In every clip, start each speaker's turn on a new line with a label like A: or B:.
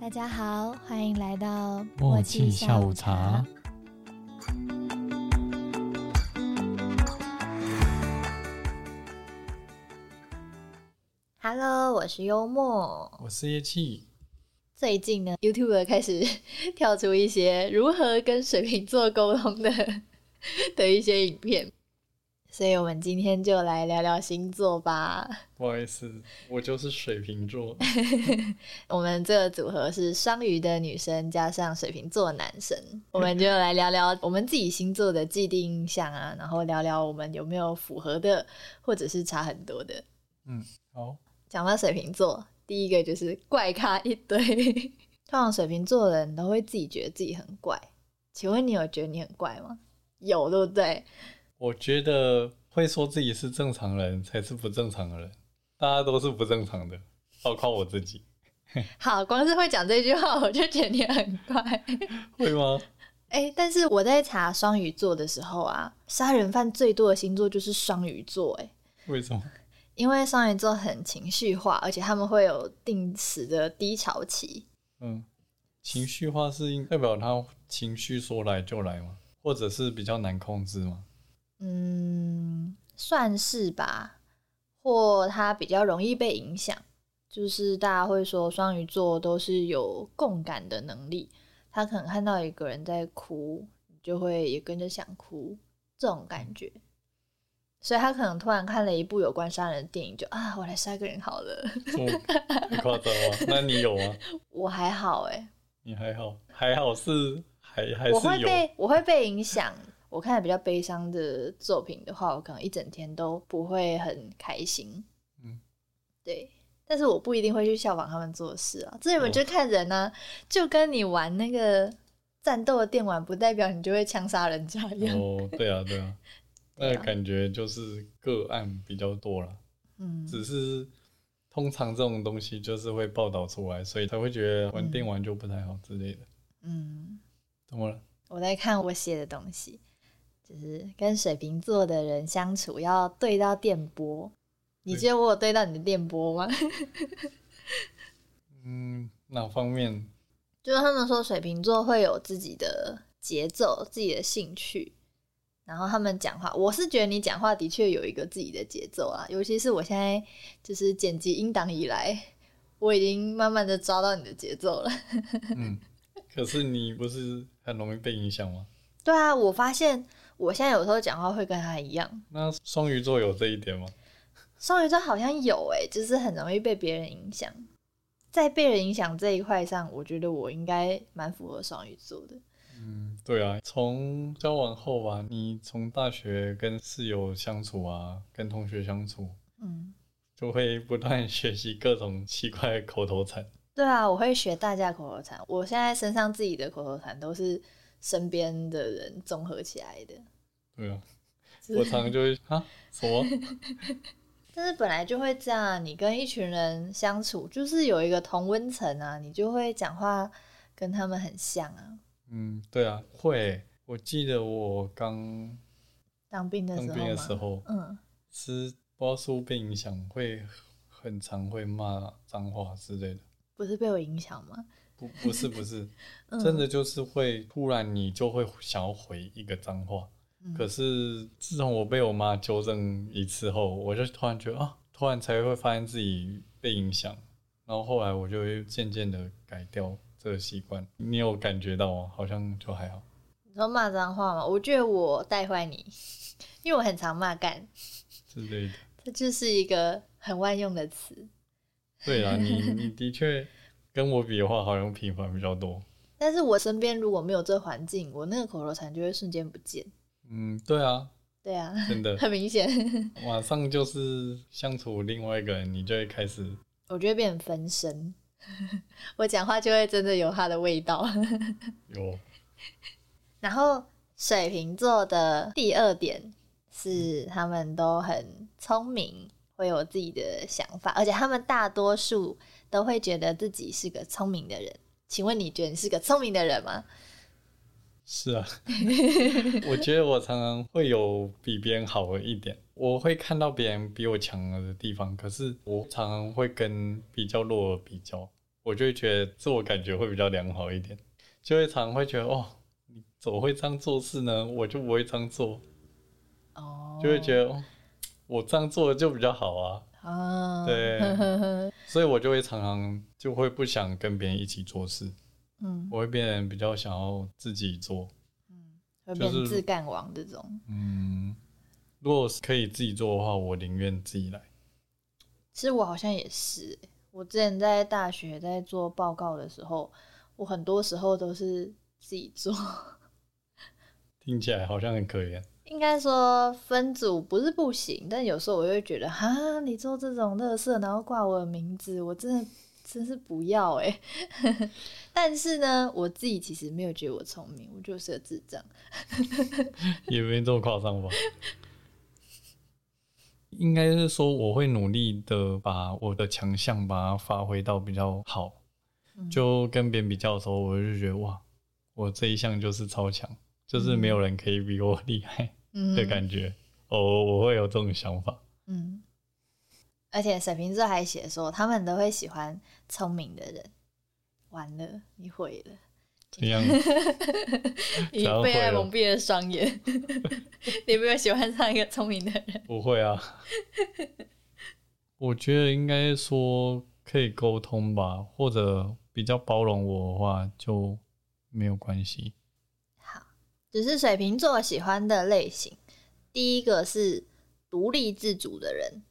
A: 大家好，欢迎来到
B: 默契下午茶。
A: Hello，我是幽默。
B: 我是叶气，
A: 最近呢，YouTube 开始跳出一些如何跟水瓶座沟通的 的一些影片，所以我们今天就来聊聊星座吧。
B: 不好意思，我就是水瓶座。
A: 我们这个组合是双鱼的女生加上水瓶座男生，我们就来聊 聊我们自己星座的既定印象啊，然后聊聊我们有没有符合的，或者是差很多的。
B: 好，
A: 讲到水瓶座，第一个就是怪咖一堆， 通常水瓶座的人都会自己觉得自己很怪。请问你有觉得你很怪吗？有，对不对？
B: 我觉得会说自己是正常人才是不正常的人，大家都是不正常的，包括我自己，
A: 好，光是会讲这句话，我就觉得你很 怪。
B: 会吗？
A: 哎、但是我在查双鱼座的时候啊，杀人犯最多的星座就是双鱼座、哎，
B: 为什么？
A: 因为双鱼座很情绪化，而且他们会有定时的低潮期。
B: 嗯，情绪化是因代表他情绪说来就来吗？或者是比较难控制吗？
A: 嗯，算是吧，或他比较容易被影响。就是大家会说双鱼座都是有共感的能力，他可能看到一个人在哭，你就会也跟着想哭，这种感觉。所以他可能突然看了一部有关杀人的电影，就啊，我来杀个人好了。
B: 这么太夸张了吗？那你有吗？
A: 我还好哎、
B: 你还好，还好是还还
A: 我会
B: 是有。
A: 被我会被影响。我看比较悲伤的作品的话，我可能一整天都不会很开心。
B: 嗯，
A: 对。但是我不一定会去效仿他们做事啊，这你们
B: 哦
A: 就看人呢、就跟你玩那个战斗的电玩，不代表你就会枪杀人家一样。
B: 哦，对啊，对啊，
A: 对啊
B: 那感觉就是个案比较多了。
A: 嗯，
B: 只是通常这种东西就是会报道出来，所以才会觉得玩
A: 嗯
B: 电玩就不太好之类的。
A: 嗯，
B: 怎么了？
A: 我在看我写的东西，就是跟水瓶座的人相处要对到电波。你
B: 对
A: 觉得我有对到你的电波吗？
B: 嗯，哪方面？
A: 就是他们说水瓶座会有自己的节奏、自己的兴趣，然后他们讲话，我是觉得你讲话的确有一个自己的节奏啊，尤其是我现在就是剪辑音档以来，我已经慢慢的抓到你的节奏了。
B: 嗯，可是你不是很容易被影响吗？
A: 对啊，我发现我现在有时候讲话会跟他一样，
B: 那双鱼座有这一点吗？
A: 双鱼座好像有诶、就是很容易被别人影响。在被人影响这一块上，我觉得我应该蛮符合双鱼座的。
B: 嗯，对啊，从交往后吧，你从大学跟室友相处啊，跟同学相处，
A: 嗯，
B: 就会不断学习各种奇怪的口头禅。
A: 对啊，我会学大家口头禅。我现在身上自己的口头禅都是身边的人综合起来的。
B: 对啊，
A: 是
B: 我常常就会啊 什么？
A: 但是本来就会这样啊，你跟一群人相处，就是有一个同温层啊，你就会讲话跟他们很像啊。
B: 嗯，对啊，会。我记得我刚
A: 当兵的
B: 当
A: 时候
B: 兵的
A: 嘛，
B: 时候，
A: 嗯，
B: 吃不知道是不是被影响，会很常会骂脏话之类的。
A: 不是被我影响吗？
B: 不，不是，不是，
A: 嗯、
B: 真的就是会突然你就会想要回一个脏话。
A: 嗯
B: 可是自从我被我妈纠正一次后，我就突然觉得啊，突然才会发现自己被影响。然后后来我就会渐渐的改掉这个习惯。你有感觉到吗？好像就还好。
A: 你说骂脏话吗？我觉得我带坏你， 因为我很常骂干，
B: 之类的。
A: 这就是一个很万用的词。
B: 对啊，你你的确跟我比的话，好像频繁比较多。
A: 但是我身边如果没有这环境，我那个口头禅就会瞬间不见。
B: 嗯，对啊，
A: 对啊，
B: 真的，
A: 很明显，
B: 晚上就是相处另外一个人，你就会开始，
A: 我就会变成分身，我讲话就会真的有它的味道。
B: 有
A: 然后水瓶座的第二点
B: 嗯
A: 是他们都很聪明，会有自己的想法，而且他们大多数都会觉得自己是个聪明的人。请问你觉得你是个聪明的人吗？
B: 是啊，我觉得我常常会有比别人好的一点，我会看到别人比我强的地方，可是我常常会跟比较弱的比较，我就会觉得自我感觉会比较良好一点，就会常会觉得哦，你怎么会这样做事呢？我就不会这样做，
A: 哦，
B: 就会觉得、哦、我这样做就比较好啊。
A: 啊，
B: 对，所以我就会常常就会不想跟别人一起做事，
A: 嗯，
B: 我会变得比较想要自己做。
A: 会变
B: 就是
A: 自干王这种。
B: 嗯，如果是可以自己做的话，我宁愿自己来。
A: 其实我好像也是欸、我之前在大学在做报告的时候，我很多时候都是自己做。
B: 听起来好像很可怜，
A: 应该说分组不是不行，但有时候我就会觉得，哈，你做这种乐色，然后挂我的名字，我真的真是不要哎、 但是呢，我自己其实没有觉得我聪明，我就是个智障。
B: 也没这么夸张吧？ 应该是说我会努力的把我的强项把它发挥到比较好，
A: 嗯
B: 就跟别人比较的时候，我就觉得哇，我这一项就是超强，就是没有人可以比我厉害的感觉。哦，我会有这种想法。
A: 嗯，而且水瓶座还写说，他们都会喜欢聪明的人。完了，你毁了，
B: 这样
A: 你
B: 样
A: 被
B: 毁
A: 爱
B: 了
A: 蒙蔽了双眼。 你没有喜欢上一个聪明的人，
B: 不会啊，我觉得应该说可以沟通吧，或者比较包容我的话就没有关系。
A: 只是水瓶座喜欢的类型。第一个是独立自主的人，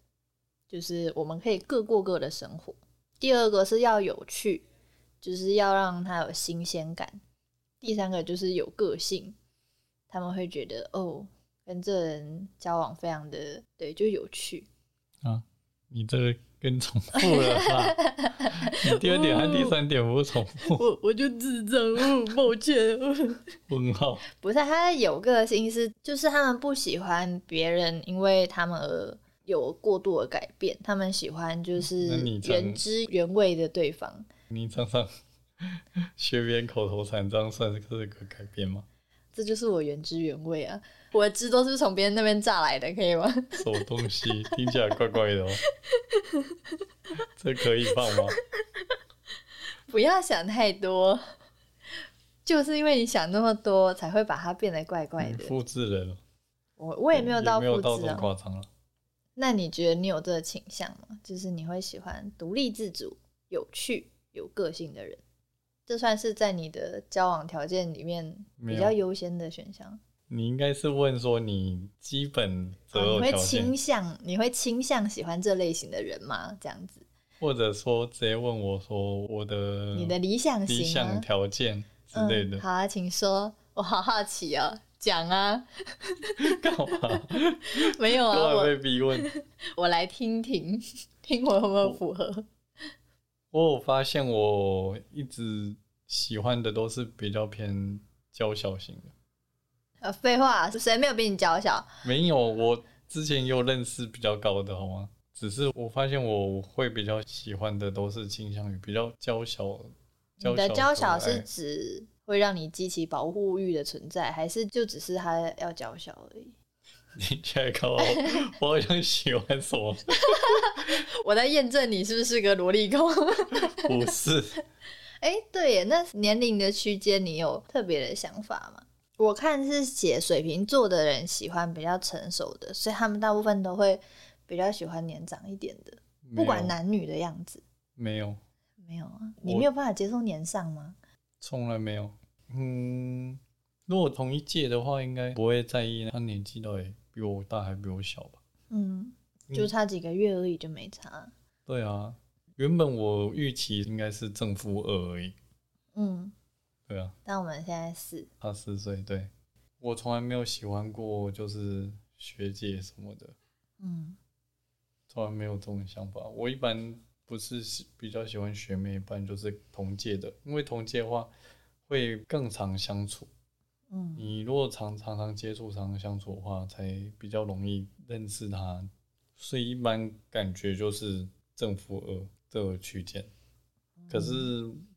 A: 就是我们可以各过各的生活。第二个是要有趣，就是要让他有新鲜感。第三个就是有个性，他们会觉得哦，跟这人交往非常的对，就有趣。
B: 你这个跟重复了吧？你第二点和第三点不是重复？
A: 我我就智障，哦，抱歉。
B: 问号？
A: 不是，他有个性是，就是他们不喜欢别人因为他们而有过度的改变，他们喜欢就是
B: 嗯那你常
A: 原汁原味的对方。
B: 你常常学别人口头禅，这样算是个改变吗？
A: 这就是我原汁原味啊！我的汁都是从别人那边榨来的，可以吗？
B: 什么东西听起来怪怪的哦？这可以放吗？
A: 不要想太多，就是因为你想那么多，才会把它变得怪怪
B: 你
A: 的。
B: 嗯复制人了，
A: 我我也没有到
B: 没有到
A: 复制
B: 这么
A: 啊。
B: 夸张了。
A: 那你觉得你有这个倾向吗？就是你会喜欢独立自主、有趣、有个性的人，这算是在你的交往条件里面
B: 没
A: 比
B: 有
A: 较优先的选项。
B: 你应该是问说你基本择
A: 哦
B: 偶
A: 你会
B: 条件
A: 倾，向你会倾向喜欢这类型的人吗？这样子，
B: 或者说直接问我说我的
A: 你的理想
B: 嗯理
A: 型
B: 想
A: 吗？
B: 条件之类的
A: 嗯，，好啊，请说，我好好奇哦，讲啊，
B: 干嘛？
A: 没 有啊，
B: 都还
A: 我
B: 被逼问。
A: 我来听听， 听我有没有符合。
B: 我有发现，我一直喜欢的都是比较偏娇小型的。
A: 呃，废话，谁没有比你娇小？
B: 没有，我之前也有认识比较高的，好吗？只是我发现我会比较喜欢的都是倾向于比较娇小。
A: 你的娇小
B: 可爱
A: 是 指会让你激起保护欲的存在，还是就只是他要娇小而已？
B: 你来看我，我好像喜欢什么？
A: 我在验证你是不是个萝莉控。
B: 不是，
A: 哎、对耶，那年龄的区间你有特别的想法吗？我看是写水瓶座的人喜欢比较成熟的，所以他们大部分都会比较喜欢年长一点的， 不管男女的样子。
B: 没有，
A: 没
B: 没有，
A: 有啊，你
B: 我
A: 没有办法接受年上吗？
B: 从来没有。嗯，如果同一届的话，应该不会在意他年纪到底比我大还比我小吧？
A: 嗯，
B: 嗯
A: 就差几个月而已，就没差。
B: 对啊，原本我预期应该是正负二而已。
A: 嗯，
B: 对啊，
A: 但我们现在是
B: 他四岁，对我从来没有喜欢过就是学姐什么的，
A: 嗯
B: 从来没有这种想法。我一般不是喜比较喜欢学妹，一般就是同届的，因为同届的话会更常相处。
A: 嗯。
B: 你如果常常常接触、常常相处的话，才比较容易认识他。所以一般感觉就是正负二这个区间。
A: 嗯
B: 可是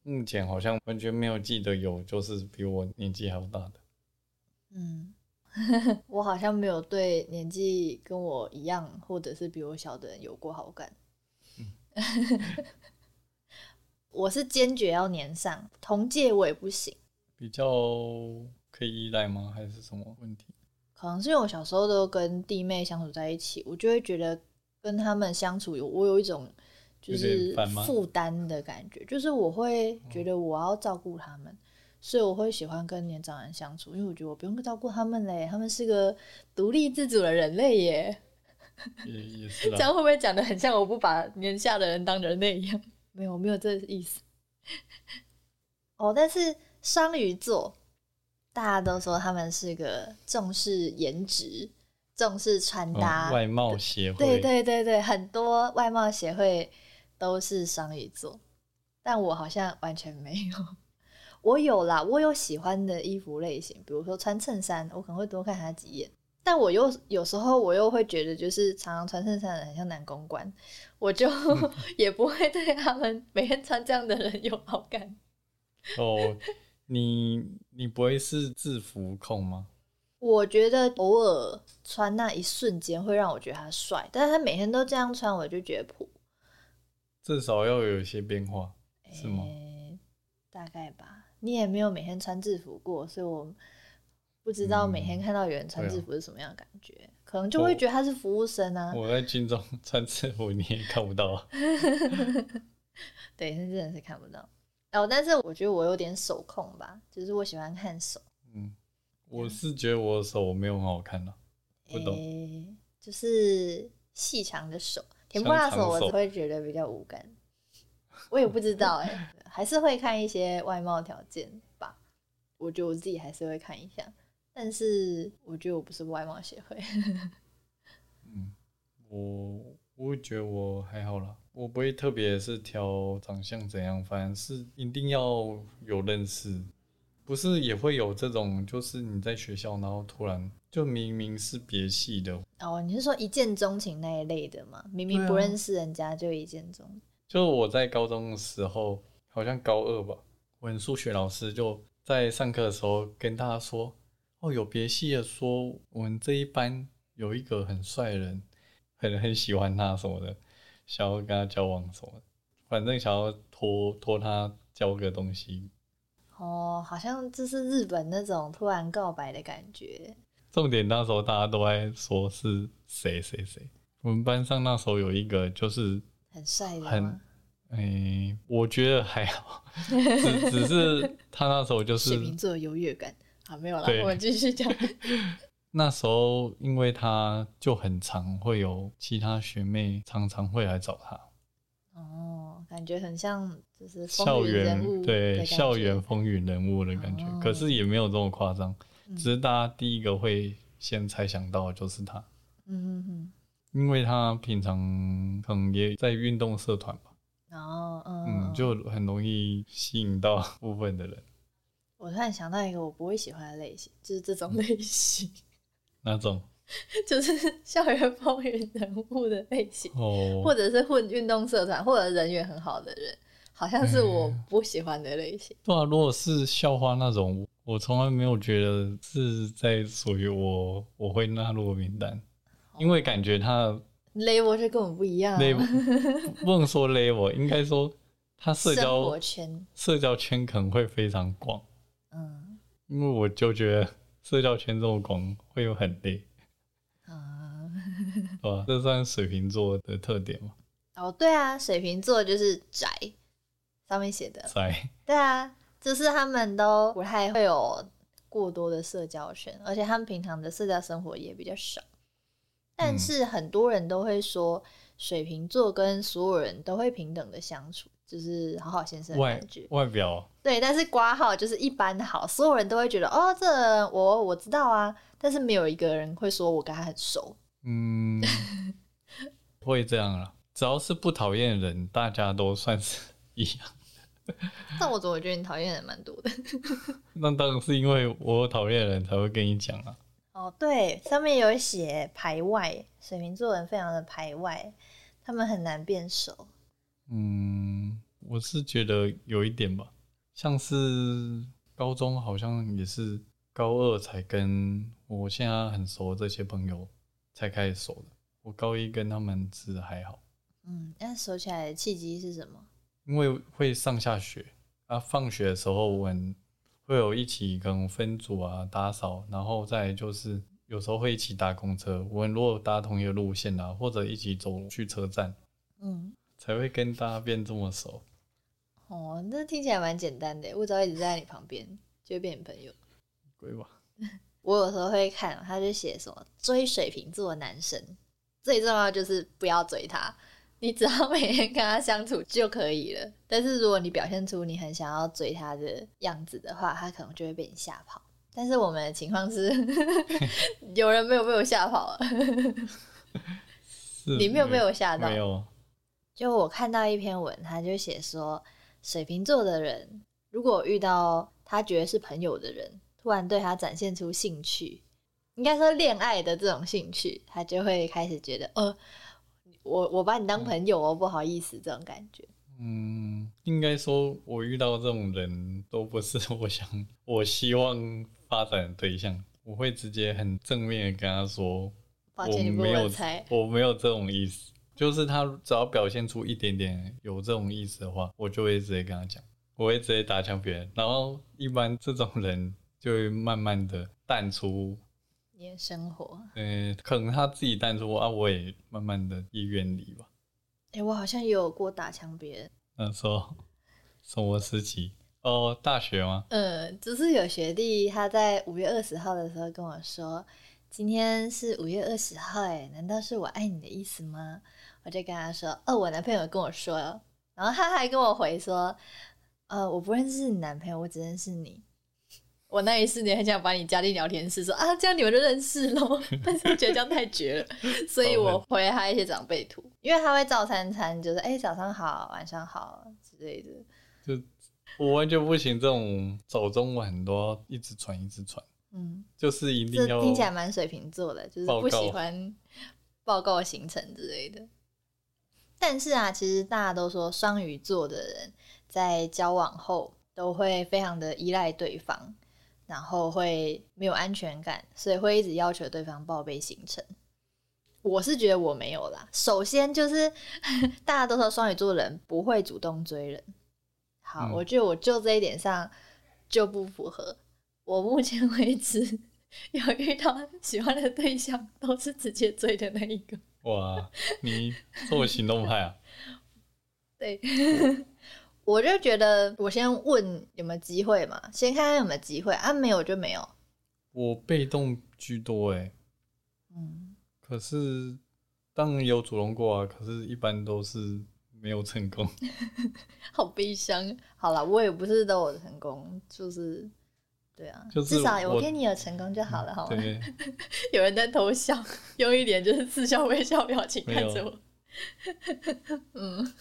B: 目前好像完全没有记得有就是比我年纪还要大的。
A: 嗯， 我好像没有对年纪跟我一样
B: 嗯
A: 或者是比我小的人有过好感。 我是坚决要粘上，同届我也不行。
B: 比较可以依赖吗？还是什么问题？
A: 可能是因为我小时候都跟弟妹相处在一起，我就会觉得跟他们相处有我有一种就
B: 有
A: 是
B: 点烦吗
A: 负担的感觉，就是我会觉得我要照顾他
B: 哦
A: 们，所以我会喜欢跟年长人相处，因为我觉得我不用照顾他们嘞，他们是个独立自主的人类耶。
B: 也也是
A: 这
B: 啦。嗯
A: 样会不会讲的很像我不把年下的人当人类一样？没有，没有这个意思。 哦，但是双鱼座，大家都说他们是个重视颜值、重视穿
B: 嗯
A: 搭，
B: 外貌协会，
A: 对对对对，很多外貌协会都是双鱼座，但我好像完全没有。 我有啦，我有喜欢的衣服类型，比如说穿衬衫，我可能会多看他几眼。但我又有时候我又会觉得，就是常常穿衬衫的人很像男公关，我就 也不会对他们每天穿这样的人有好感。
B: 哦，你你不会是制服控吗？
A: 我觉得偶尔穿那一瞬间会让我觉得他帅，但是他每天都这样穿，我就觉得普
B: 至少要有一些变化，是吗？
A: 诶呃大概吧。你也没有每天穿制服过，所以我不知道每
B: 嗯
A: 天看到有人穿制服是什么样的感觉，可能就会
B: 我
A: 觉得他是服务生啊。
B: 啊我在军中穿制服你也看不到啊。
A: 对，那真的是看不到。哦，但是我觉得我有点手控吧，就是我喜欢看手。
B: 嗯，我是觉得我的手没有很好看啊，不懂
A: 诶就是细长的手，甜不
B: 香
A: 辣
B: 肠
A: 手我
B: 手
A: 只会觉得比较无感。我也不知道哎、 还是会看一些外貌条件吧。我觉得我自己还是会看一下，但是我觉得我不是外貌协会。
B: 我我会觉得我还好啦，我不会特别是挑长相怎样，反正是一定要有认识，不是也会有这种，就是你在学校，然后突然就明明是别系的，
A: 哦，你是说一见钟情那一类的吗？明明
B: 对啊
A: 不认识人家就一见钟情。
B: 就我在高中的时候，好像高二吧，我们数学老师就在上课的时候跟大家说：“哦，有别系的说我们这一班有一个很帅的人，很很喜欢他什么的，想要跟他交往什么的，反正想要托托他交个东西。
A: 哦，好像这是日本那种突然告白的感觉。
B: 重点那时候大家都在说是谁谁谁。我们班上那时候有一个就是
A: 很帅的
B: 很
A: 吗？
B: 诶、我觉得还好， 只只是他那时候就
A: 水
B: 是
A: 瓶座的优越感啊，没有啦，
B: 对
A: 我们继续讲。
B: 那时候，因为他就很常会有其他学妹常常会来找他，
A: 哦，感觉很像就是风
B: 校
A: 云
B: 园
A: 人物的
B: 对
A: 感
B: 校
A: 觉
B: 园风云人物的感觉。
A: 哦
B: 可是也没有这么夸张，
A: 嗯
B: 只是大家第一个会先猜想到的就是他，
A: 嗯嗯
B: 因为他平常可能也在运动社团吧，
A: 嗯，哦嗯，
B: 嗯，就很容易吸引到 部分的人。
A: 我突然想到一个我不会喜欢的类型，就是这种类型，
B: 那种
A: 就是校园风云人物的类型，或
B: 哦，
A: 者是混运动社团或者人缘很好的人，好像
B: 嗯
A: 是我不喜欢的类型。
B: 对啊，如果是校花那种，我从来没有觉得是在属于我我会纳入的名单。
A: 哦
B: 因为感觉他
A: label 就跟我们不一样啊，
B: l 不能说 level，应该说他社
A: 生活
B: 交
A: 圈，
B: 社交圈可能会非常广，
A: 嗯
B: 因为我就觉得社交圈这么广会有很累，
A: 啊。
B: 对吧？这算水瓶座的特点嘛？
A: 哦，对啊，水瓶座就是宅，上面写的
B: 在
A: 对啊，就是他们都不太会有过多的社交圈，而且他们平常的社交生活也比较少。但
B: 嗯
A: 是很多人都会说，水瓶座跟所有人都会平等的相处，就是好好先生的
B: 外
A: 感觉。
B: 外表
A: 对，但是挂号就是一般好，所有人都会觉得哦，这人我我知道啊，但是没有一个人会说我跟他很熟。
B: 嗯会这样啦。只要是不讨厌的人，大家都算是 一样。
A: 但我总觉得你讨厌的人蛮多的。
B: 那当然是因为我有讨厌的人才会跟你讲啊。
A: 哦，对，上面有写排外，水瓶座人非常的排外，他们很难变熟。
B: 嗯，我是觉得有一点吧，像是高中好像也是高二才跟我现在很熟的这些朋友才开始熟的。我高一跟他们是还好，
A: 嗯，但熟起来的契机是什么？
B: 因为会上下学啊，放学的时候我们会有一起可能分组啊打扫，然后再就是有时候会一起搭公车，我们如果搭同一个路线啊，或者一起走去车站，
A: 嗯，
B: 才会跟大家变这么熟。
A: 哦，那听起来蛮简单的。我只要一直在你旁边，就会变你朋友。
B: 鬼吧，
A: 我有时候会看，他就写什么追水瓶座的男生，最重要就是不要追他，你只要每天跟他相处就可以了。但是如果你表现出你很想要追他的样子的话，他可能就会被你吓跑。但是我们的情况是， 有人没有被我吓跑了，
B: 是
A: 你没有被我吓到
B: 没。有，
A: 就我看到一篇文，他就写说，水瓶座的人如果遇到他觉得是朋友的人，突然对他展现出兴趣，应该说恋爱的这种兴趣，他就会开始觉得，呃，我我把你当朋友哦，不好意思，这种感觉。
B: 嗯，应该说，我遇到这种人都不是我想我希望发展的对象，我会直接很正面的跟他说，
A: 抱歉，你
B: 我
A: 不
B: 没有
A: 我猜，
B: 我没有这种意思。就是他只要表现出一点点有这种意思的话，我就会直接跟他讲，我会直接打枪别人。然后一般这种人就会慢慢的淡出，
A: 你的生活，
B: 嗯、可能他自己淡出啊，我也慢慢的也远离吧。
A: 哎、我好像也有过打枪别人，
B: 那时候 什么时期？哦，大学吗？
A: 呃，就是有学弟他在五月二十号的时候跟我说，今天是五月二十号，哎，难道是我爱你的意思吗？我就跟他说，哦，我男朋友跟我说，然后他还跟我回说，呃，我不认识你男朋友，我只认识你。我那一瞬间很想把你加进聊天室说啊，这样你们就认识喽。 但是我觉得这样太绝了，所以我回他一些长辈图，因为他会照三餐，就是哎、早上好，晚上好之类的。
B: 我完全不行，这种走中文很多，一直传一直传，
A: 嗯，
B: 就是一
A: 这
B: 定要
A: 听起来蛮水瓶座的，就是
B: 报
A: 不喜
B: 告
A: 欢报告行程之类的。但是啊，其实大家都说双鱼座的人在交往后都会非常的依赖对方，然后会没有安全感，所以会一直要求对方报备行程。我是觉得我没有啦。首先就是 大家都说双鱼座的人不会主动追人，好，
B: 嗯
A: 我觉得我就这一点上就不符合。我目前为止 有遇到喜欢的对象都是直接追的那一个。
B: 哇，你做行动派啊？
A: 对，我就觉得我先问有没有机会嘛，先看看有没有机会啊，没有就没有。
B: 我被动居多哎、
A: 嗯，
B: 可是当然有主动过啊，可是一般都是没有成功。
A: 好悲伤。好了，我也不是都有成功，就是对啊，
B: 就是
A: 至少我
B: 我
A: 跟你有成功就好了，好吗？
B: 对，
A: 有人在偷笑，用一点就是似笑非笑表情
B: 没
A: 看
B: 有
A: 着我。嗯，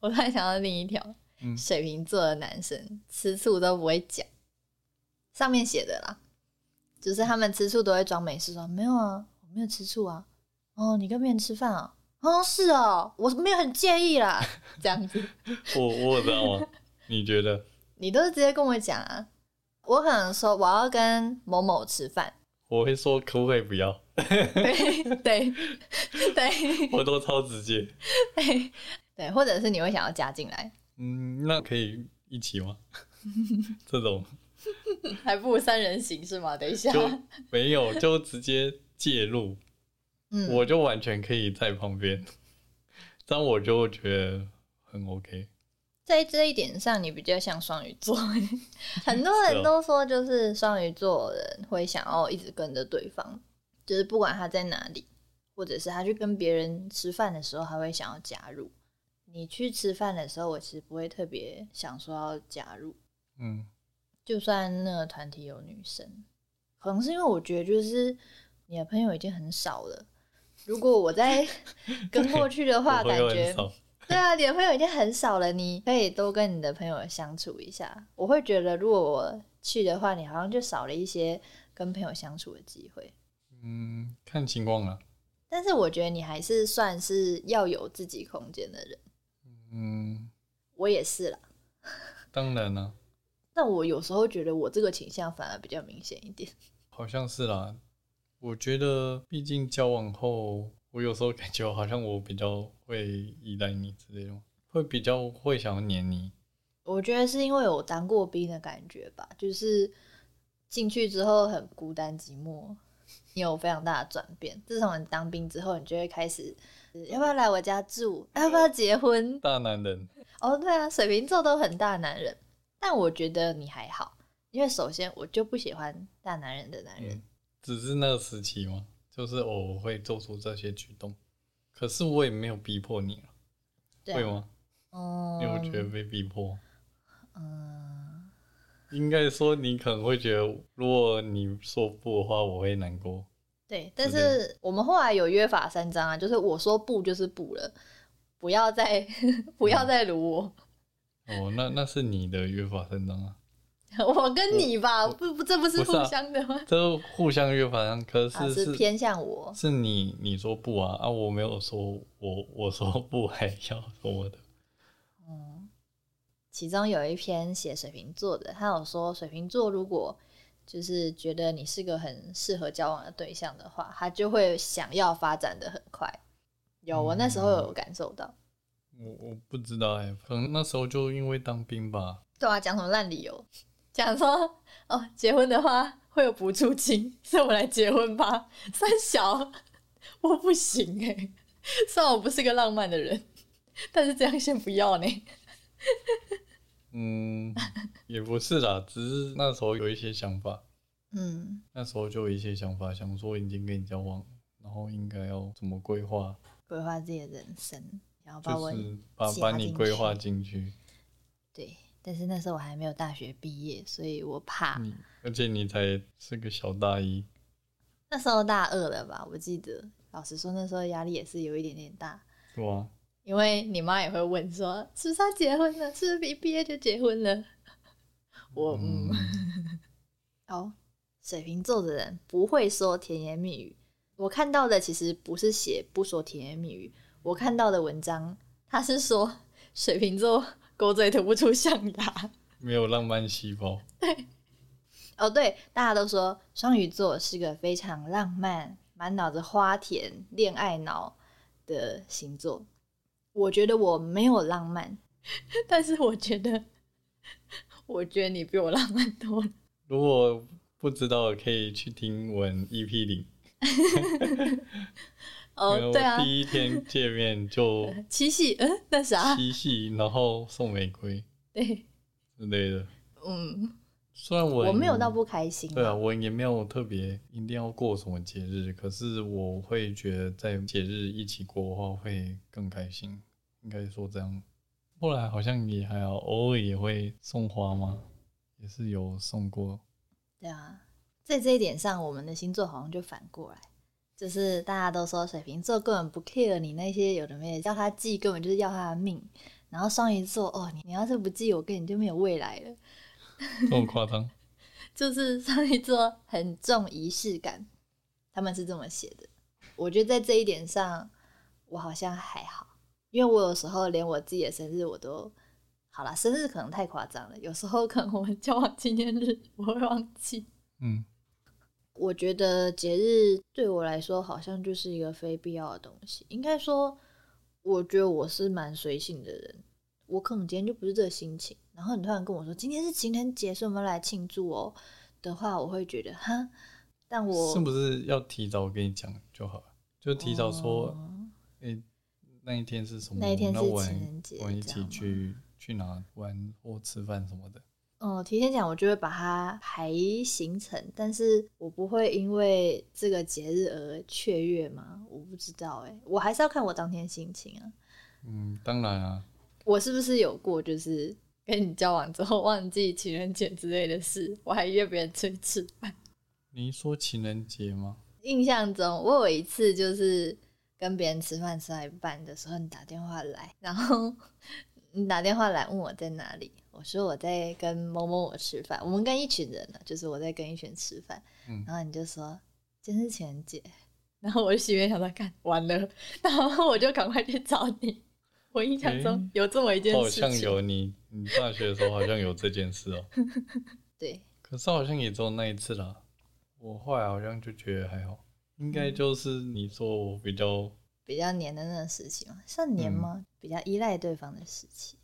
A: 我突然想到另一条，
B: 嗯
A: 水瓶座的男生吃醋都不会讲，上面写的啦，就是他们吃醋都会装没事说没有啊，我没有吃醋啊。哦，你跟别人吃饭啊？哦，是哦，我没有很介意啦，这样子。
B: 我我知道吗？啊你觉得
A: 你都是直接跟我讲啊。我可能说我要跟某某吃 饭，
B: 我会说可不可以不要？
A: 对对对
B: 我都超直接。
A: 对对，或者是你会想要加进来，
B: 嗯，那可以一起吗？ 这种
A: 还不如三人行是吗？等一下，
B: 就没有，就直接介入。
A: 嗯，
B: 我就完全可以在旁边，这样我就觉得很 OK。
A: 在这一点上，你比较像双鱼 座，很多人都说就是双鱼座的人会想要一直跟着对方，就是不管他在哪里，或者是他去跟别人吃饭的时候，他会想要加入。你去吃饭的时候，我其实不会特别想说要加入，
B: 嗯，
A: 就算那个团体有女生，可能是因为我觉得就是你的朋友已经很少了。如果我 再跟过去的话，
B: 我
A: 感
B: 会
A: 觉
B: 很少。
A: 对啊，你的朋友已经很少了，你可以多跟你的朋友相处一下。我会觉得，如果我去的话，你好像就少了一些跟朋友相处的机会。
B: 嗯，看情况啊。
A: 但是我觉得你还是算是要有自己空间的人，
B: 嗯，
A: 我也是啦。
B: 当然啊啦、
A: 但我有时候觉得我这个倾向反而比较明显一点。
B: 好像是啦。我觉得，毕竟交往后，我有时候感觉好像我比较会依赖你之类的嘛。会比较会想要黏你。
A: 我觉得是因为有当过兵的感觉吧，就是进去之后很孤单寂寞，你有非常大的转变。自从你当兵之后，你就会开始呃要不要来我家住，要不要结婚，
B: 大男人，
A: 哦，对啊，水瓶座都很大男人，但我觉得你还好，因为首先我就不喜欢大男人的男人。
B: 嗯，只是那个时期嘛，就是偶尔会做出这些举动，可是我也没有逼迫你啊，
A: 对、
B: 会？吗？
A: 嗯，
B: 因为我觉得被逼迫，
A: 嗯，
B: 应该说你可能会觉得，如果你说不的话，我会难过。
A: 对。但
B: 之类
A: 是我们后来有约法三章啊，就是我说不就是不了，不要再 不
B: 嗯
A: 要再撸我。
B: 哦，那那是你的约法三章啊，
A: 我跟你吧，不不，这不是
B: 不是啊
A: 互相的吗？
B: 这互相约法三章，可
A: 啊，
B: 是
A: 是偏向我，
B: 是你你说不啊啊，我没有说我我说不还要什么的，
A: 嗯，其中有一篇写水瓶座的，他有说水瓶座如果就是觉得你是个很适合交往的对象的话，他就会想要发展的很快。有，我那时候
B: 嗯
A: 有感受到。
B: 我我不知道哎、可能那时候就因为当兵吧，
A: 对啊，讲什么烂理由？讲说哦，结婚的话会有补助金， 所以我们来结婚吧。三小，我不行哎、虽然我不是个浪漫的人，但是这样先不要呢。
B: 嗯，也不是啦，只是那时候有一些想法，
A: 嗯，
B: 那时候就有一些想法，想说已经跟你交往，然后应该要怎么规划，
A: 规划自己的人生，然后把
B: 就
A: 我
B: 是把
A: 写
B: 把
A: 进
B: 你
A: 去
B: 规划进去，
A: 对，但是那时候我还没有大学毕业，所以我怕。
B: 你而且你才是个小大一，
A: 那时候大二了吧，我记得。老实说，那时候压力也是有一点点大，
B: 对吧、啊？
A: 因为你妈也会问说，是不是要结婚了？是不是一毕业就结婚了？我嗯，哦，水瓶座的人不会说甜言蜜语。我看到的其实不是写不说甜言蜜语，我看到的文章他是说水瓶座 狗嘴吐不出象牙。
B: 没有浪漫细胞，
A: 哦，对，大家都说双鱼座是个非常浪漫、满脑子花田、恋爱脑的星座。我觉得我没有浪漫， 但是我觉得，我觉得你比我浪漫多了。
B: 如果不知道可以去听我 EP 零。没有
A: 哦，
B: 我
A: 对啊，
B: 第一天见 面就
A: 七夕，嗯，那啥，
B: 嬉戏，然后送玫瑰
A: 对，
B: 之类的。
A: 嗯，
B: 虽然我
A: 我没有到不开心、
B: 对啊，，我也没有特别一定要过什么节日，可是我会觉得在节日一起过的话会更开心，应该说这样。后来好像也还好，偶尔也会送花吗？也是有送过，
A: 对啊，在这一点上，我们的星座好像就反过来，就是大家都说水瓶座根本不 care 你那些有的没的，叫他记根本就是要他的命。然后双鱼座，哦，你你要是不记，我跟你就没有未来了。
B: 这么夸张？
A: 就是双鱼座很重仪式感，他们是这么写的。我觉得在这一点上，我好像还好，因为我有时候连我自己的生日我都好啦，生日可能太夸张了，有时候可能我 们交往纪念日我会忘记。
B: 嗯，
A: 我觉得节日对我来说好像就是一个非必要的东西。应该说，我觉得我是蛮随性的人，我可能今天就不是这个心情。然后你突然跟我说今天是情人节，所以我们来庆祝哦的话，我会觉得哈，但我
B: 是不是要提早跟你讲就好了？就提早说，
A: 哦
B: 诶、那一天是什么？
A: 那一天是
B: 我们
A: 情人节
B: 我们一
A: 这样吗
B: 起去去哪玩或吃饭什么的。
A: 嗯，提前讲，我就会把它排行程，但是我不会因为这个节日而雀跃吗？我不知道哎、我还是要看我当天心情啊。
B: 嗯，当然啊，
A: 我是不是有过就是跟你交往之后忘记情人节之类的事，我还约别人出去吃饭？
B: 你一说情人节吗？
A: 印象中我有一次就是跟别人吃饭吃到一半的时候，你打电话来，然后你打电话来问我在哪里，我说我在跟某某我吃饭，我们跟一群人呢、啊就是我在跟一群人吃饭，
B: 嗯
A: 然后你就说今天是情人节，然后我就心里面想到，看完了，然后我就赶快去找你。我印象中
B: 诶
A: 有这么一件
B: 好
A: 事情，
B: 像有你，你大学的时候好像有这件事哦、
A: 对，
B: 可是好像也只有那一次啦。我后来好像就觉得还好，应该就是你说我比较
A: 比较黏的那个时期嘛，算
B: 嗯
A: 黏吗？比较依赖对方的时期。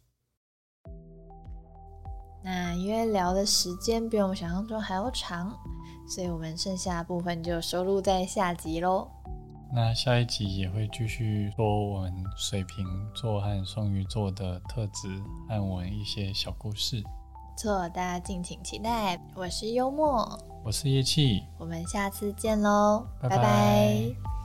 A: 那因为聊的时间比我们想象中还要长，所以我们剩下的部分就收录在下集喽。
B: 那下一集也会继续说我们水瓶座和双鱼座的特质和我们一些小故事。
A: 错，大家敬请期待。我是幽默，
B: 我是叶气，
A: 我们下次见喽，
B: 拜
A: 拜
B: 拜
A: 拜